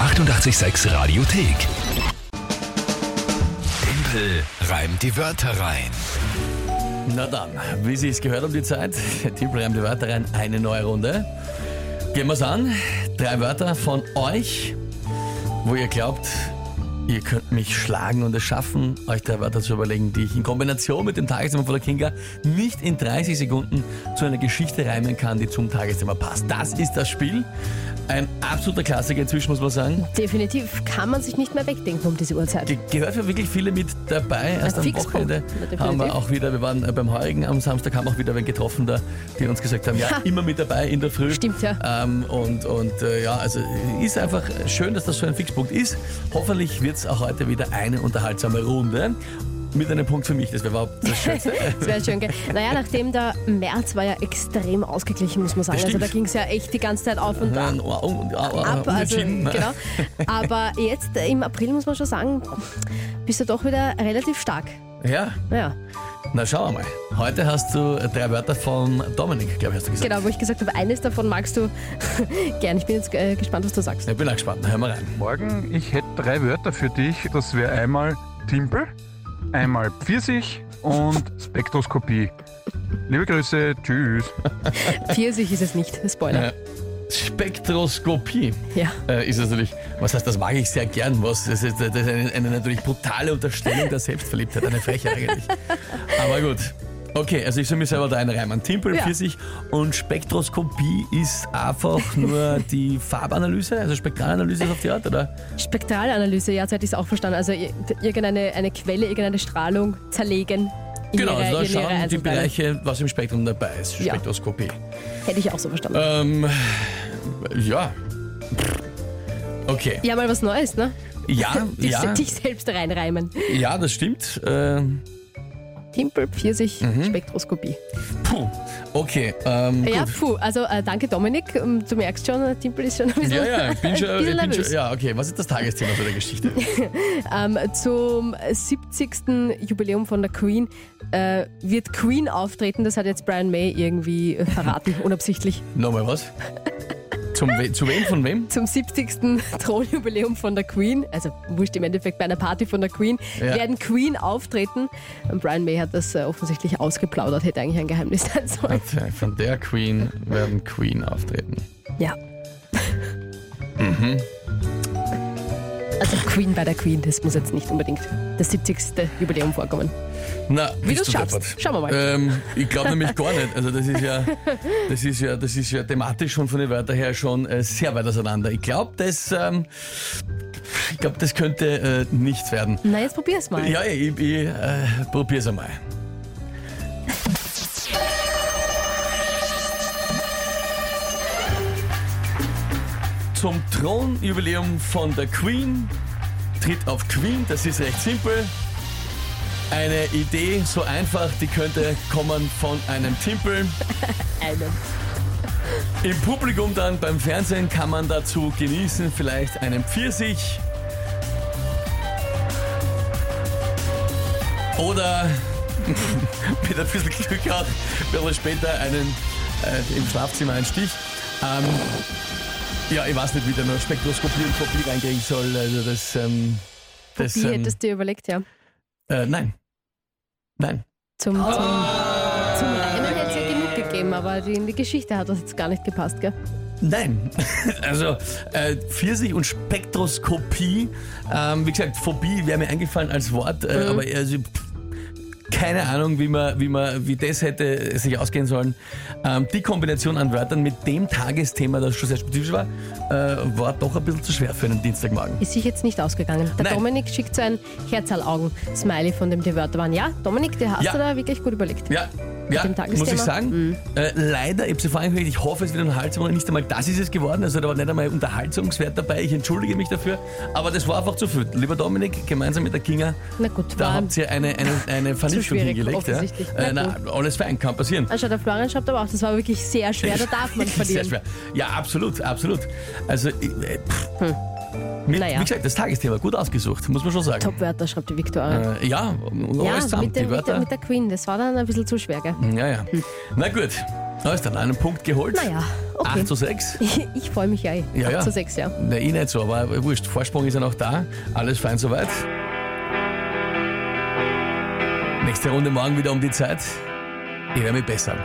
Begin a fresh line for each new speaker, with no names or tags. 886 Radiothek. Tempel reimt die Wörter rein.
Na dann, wie Sie es gehört um die Zeit, Tippel reimt die Wörter rein, eine neue Runde. Gehen wir's an. Drei Wörter von euch, wo ihr glaubt, ihr könnt mich schlagen und es schaffen, euch drei Wörter zu überlegen, die ich in Kombination mit dem Tagesthema von der Kinga nicht in 30 Sekunden zu einer Geschichte reimen kann, die zum Tagesthema passt. Das ist das Spiel. Ein absoluter Klassiker inzwischen, muss man sagen.
Definitiv kann man sich nicht mehr wegdenken um diese Uhrzeit.
Ge gehört für wirklich viele mit dabei. Erst am
Fixpunkt,
Wochenende
definitiv.
haben wir auch wieder, wir waren äh, beim Heurigen am Samstag, haben auch wieder wen getroffen da, die uns gesagt haben, ja,
Ha.
immer mit dabei in der Früh.
Stimmt, ja.
Ähm, und und äh, ja, also ist einfach schön, dass das so ein Fixpunkt ist. Hoffentlich wird es auch heute wieder eine unterhaltsame Runde. Mit einem Punkt für mich, das wäre überhaupt das Schönste.
Das wäre schön, gell? Naja, nachdem der März war ja extrem ausgeglichen, muss man sagen.
Das
Also
stimmt.
da ging es ja echt die ganze Zeit auf und ab.
Äh, au, au, au,
ab also,
unentschieden.
genau. Aber jetzt äh, im April muss man schon sagen, bist du doch wieder relativ stark.
Ja,
Naja,
na schauen wir mal. Heute hast du äh, drei Wörter von Dominik, glaube ich, hast du gesagt.
genau, wo ich gesagt habe, eines davon magst du gern. Ich bin jetzt äh, gespannt, was du sagst.
Ich bin auch gespannt, Na, hören wir rein.
Morgen, ich hätte drei Wörter für dich. Das wäre einmal Timpel, einmal Pfirsich und Spektroskopie. Liebe Grüße, tschüss.
Pfirsich ist es nicht, Spoiler.
Spektroskopie
Ja.
äh, ist das natürlich, was heißt, das mag ich sehr gern, was, das ist, das ist eine, eine natürlich brutale Unterstellung der Selbstverliebtheit, eine Frechheit eigentlich. Aber gut. Okay, also ich soll mir selber da einen reimen. Timpel,
Ja.
Pfirsich und Spektroskopie ist einfach nur die Farbanalyse, also Spektralanalyse auf die Art, oder?
Spektralanalyse, ja, seit ich es auch verstanden. Also ir- irgendeine eine Quelle, irgendeine Strahlung zerlegen. In
Genau,
ihre,
also da
in ihre
schauen die
Einzelteile.
Bereiche, was im Spektrum dabei ist,
Ja.
Spektroskopie.
Hätte ich auch so verstanden.
Ähm, ja. Okay.
Ja, mal was Neues, ne?
Ja,
Dich,
ja,
dich selbst reinreimen.
ja, das stimmt. Ähm,
Timpel, Pfirsich, Spektroskopie.
Puh, okay. Ähm,
Ja,
Mhm. gut.
puh, also äh, danke Dominik. Ähm, Du merkst schon, äh, Timpel ist schon ein bisschen,
Ja, ja, ich bin schon,
ein
ich
bisschen
bin
nervös.
schon, ja, okay, was ist das Tagesthema für der Geschichte?
ähm, zum 70. Jubiläum von der Queen äh, wird Queen auftreten. Das hat jetzt Brian May irgendwie äh, verraten, unabsichtlich.
Nochmal was? Zum we zu wem, von wem?
Zum 70. Thronjubiläum von der Queen, also wurscht im Endeffekt bei einer Party von der Queen,
Ja.
werden Queen auftreten. Und Brian May hat das äh, offensichtlich ausgeplaudert, hätte eigentlich ein Geheimnis sein sollen.
Von der Queen werden Queen auftreten.
Ja.
Mhm.
Also Queen bei der Queen, das muss jetzt nicht unbedingt das 70. Jubiläum vorkommen.
Na,
Wie du
bist
es schaffst,
deppert.
schauen wir mal.
Ähm, ich glaube nämlich gar nicht. Also das ist ja, das ist ja, das ist ja thematisch schon von den Wörtern her schon äh, sehr weit auseinander. Ich glaube, das, ähm, ich glaube, das könnte äh, nichts werden.
Na, jetzt probier's mal.
Ja, ich, ich äh, probier's einmal. Zum Thronjubiläum von der Queen tritt auf Queen, das ist recht simpel. Eine Idee so einfach, die könnte kommen von einem Timpel.
Einen.
Im Publikum dann beim Fernsehen kann man dazu genießen, vielleicht einen Pfirsich. Oder mit ein bisschen Glück auch, ein bisschen später einen äh, im Schlafzimmer einen Stich. Ähm, ja, ich weiß nicht, wie der noch Spektroskopie und Kopie reingehen soll. Also das, ähm, das
Wie
ähm,
hättest du dir überlegt, ja?
äh, nein. Nein.
Zum, zum, zum
Ah.
Reimen hätte ja genug gegeben, aber die, in die Geschichte hat das jetzt gar nicht gepasst, gell?
Nein. Also äh, Pfirsich und Spektroskopie. Ähm, wie gesagt, Phobie wäre mir eingefallen als Wort, äh, aber also, pff, keine Ahnung, wie man, wie man, wie das hätte sich ausgehen sollen. Ähm, die Kombination an Wörtern mit dem Tagesthema, das schon sehr spezifisch war, äh, war doch ein bisschen zu schwer für einen Dienstagmorgen.
Ist sich jetzt nicht ausgegangen. Der
Nein.
Dominik schickt so ein Herzal-Augen-Smiley, von dem die Wörter waren. Ja, Dominik, dir hast
Ja.
du da wirklich gut überlegt.
Ja, ja
dem Tagesthema? Mhm.
muss ich sagen. Äh, leider, ich habe vorhin gesagt, ich hoffe, es wird unterhaltsam und nicht einmal das ist es geworden. Also da war nicht einmal Unterhaltungswert dabei. Ich entschuldige mich dafür. Aber das war einfach zu viel. Lieber Dominik, gemeinsam mit der Kinga,
Na gut,
da
war
habt ihr eine, eine, eine Vernichtung
schwierig,
hingelegt. Ja?
offensichtlich.
Äh,
Na
na, alles fein, kann passieren.
Also der Florian schreibt aber auch, das war wirklich sehr schwer, da darf man
Sehr
verlieren.
schwer. Ja, absolut, absolut. Also, ich- äh, pff.
Hm.
Mit,
Naja.
wie gesagt, das Tagesthema gut ausgesucht, muss man schon sagen.
Top-Wörter, schreibt die Viktoria.
Äh, ja,
ja, also
alles zusammen,
mit, der,
die
mit, der,
Wörter.
mit Hm. der Queen, das war dann ein bisschen zu schwer, gell?
Ja, ja. Na gut, da ist dann einen Punkt geholt.
Naja, Okay.
8 zu 6.
Ich freue mich ja eh.
Ja, ja.
Zu sechs, ja.
Na, ich nicht so, aber wurscht. Vorsprung ist ja noch da. Alles fein soweit. Nächste Runde morgen wieder um die Zeit. Ich werde mich bessern.